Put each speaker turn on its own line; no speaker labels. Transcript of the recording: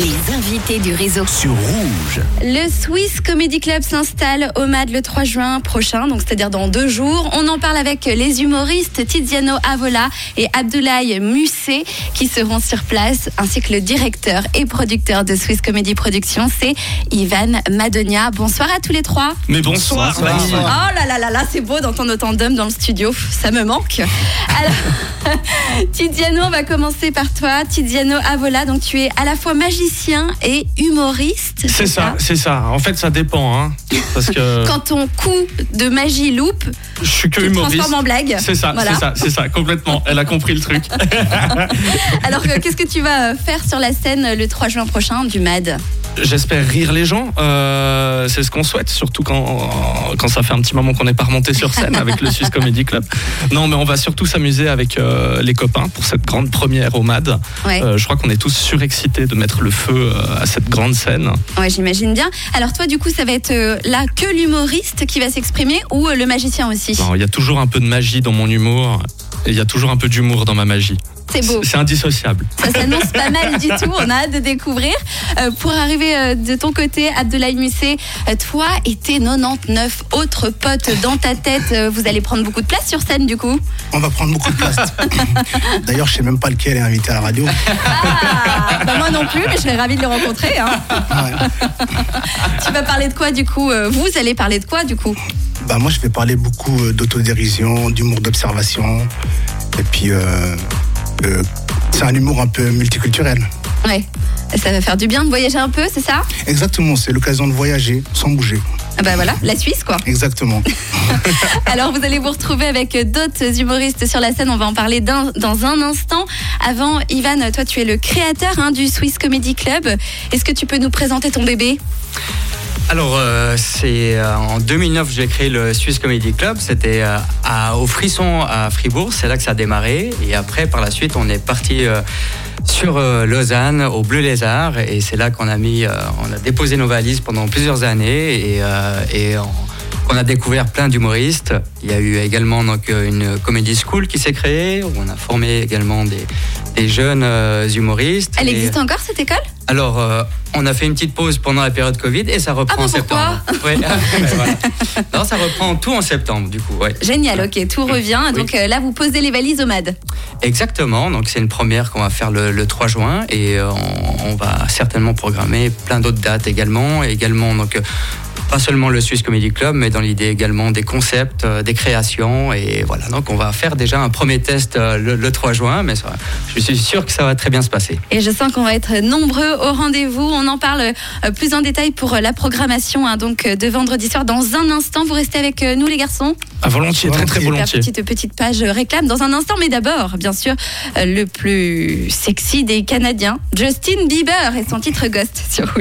Les invités du réseau.
sur Rouge.
Le Swiss Comedy Club s'installe au MAD le 3 juin prochain, donc c'est-à-dire dans deux jours. On en parle avec les humoristes Tiziano Avola et Abdoulaye Musset qui seront sur place, ainsi que le directeur et producteur de Swiss Comedy Productions, c'est Ivan Madonia. Bonsoir à tous les trois.
Mais bonsoir,
Oh
Vanille.
là là là là, c'est beau d'entendre autant d'hommes dans le studio, ça me manque. Alors, Tiziano, on va commencer par toi. Tiziano Avola, donc tu es à la fois magicien et humoriste.
C'est ça, c'est ça. En fait, ça dépend, hein. Parce que
quand ton coup de magie loupe,
je suis que
tu te transformes en
humoriste.
blague.
C'est ça,
Voilà.
c'est ça, c'est ça, complètement. Elle a compris le truc.
Alors que- qu'est-ce que tu vas euh, faire sur la scène euh, le 3 juin prochain du MAD
J'espère rire les gens. euh, c'est ce qu'on souhaite, surtout quand, quand ça fait un petit moment qu'on n'est pas remonté sur scène avec le Swiss Comedy Club. Non, mais on va surtout s'amuser avec euh, les copains pour cette grande première au MAD.
Ouais,
Euh, je crois qu'on est tous surexcités de mettre le feu euh, à cette grande scène.
ouais j'imagine bien. Alors toi, du coup, ça va être euh, là que l'humoriste qui va s'exprimer ou euh, le magicien aussi
Alors, Il y a toujours un peu de magie dans mon humour. et Il y a toujours un peu d'humour dans ma magie.
C'est beau.
C'est indissociable.
Ça s'annonce pas mal du tout. On a hâte de découvrir. Euh, pour arriver euh, de ton côté, Abdoulaye Musset, euh, toi et tes 99 autres potes dans ta tête, euh, vous allez prendre beaucoup de place sur scène, du coup.
On va prendre beaucoup de place. D'ailleurs, je sais même pas lequel est invité à la radio.
Ah, bah, moi non plus, mais je serais ravie de le rencontrer. hein.
Ouais.
Tu vas parler de quoi du coup Euh, Vous allez parler de quoi du coup
Bah, moi, je vais parler beaucoup euh, d'autodérision, d'humour d'observation. Et puis, euh, euh, c'est un humour un peu multiculturel.
Ouais. Ça va faire du bien de voyager un peu, c'est ça
Exactement, c'est l'occasion de voyager sans bouger.
Ah bah voilà, la Suisse quoi.
Exactement.
Alors vous allez vous retrouver avec d'autres humoristes sur la scène, on va en parler d'un- dans un instant. Avant, Ivan, toi tu es le créateur hein, du Swiss Comedy Club. Est-ce que tu peux nous présenter ton bébé
Alors, euh, c'est euh, en 2009 j'ai créé le Swiss Comedy Club. C'était euh, à- au Frisson à Fribourg. C'est là que ça a démarré. Et après, par la suite, on est parti euh, sur euh, Lausanne, au Bleu Lézard. Et c'est là qu'on a mis, euh, on a déposé nos valises pendant plusieurs années. Et, euh, et on, on a découvert plein d'humoristes. Il y a eu également donc euh, une comedy school qui s'est créée. Où on a formé également des, des jeunes euh, humoristes.
Elle
Et-
existe encore cette école
alors, euh, on a fait une petite pause pendant la période Covid et ça reprend
Ah,
en
bah, pourquoi
septembre. Ouais. Ouais, voilà. Non, ça reprend tout en septembre, du coup. ouais.
Génial, ok, tout revient. Donc euh, là vous posez les valises au MAD.
Exactement. Donc, c'est une première qu'on va faire le, le 3 juin et euh, on, on va certainement programmer plein d'autres dates également. Et également, donc, euh, pas seulement le Swiss Comedy Club, mais dans l'idée également des concepts, euh, des créations. Et voilà. Donc, on va faire déjà un premier test euh, le, le 3 juin, mais ça- je suis sûr que ça va très bien se passer.
Et je sens qu'on va être nombreux au rendez-vous. On en parle euh, plus en détail pour euh, la programmation hein, donc euh, de vendredi soir dans un instant. Vous restez avec euh, nous les garçons.
À volontiers, très très
Volontiers.
La
volontiers.
petite petite page réclame dans un instant, mais d'abord, bien sûr, euh, le plus sexy des Canadiens, Justin Bieber et son titre Ghost sur Rouge.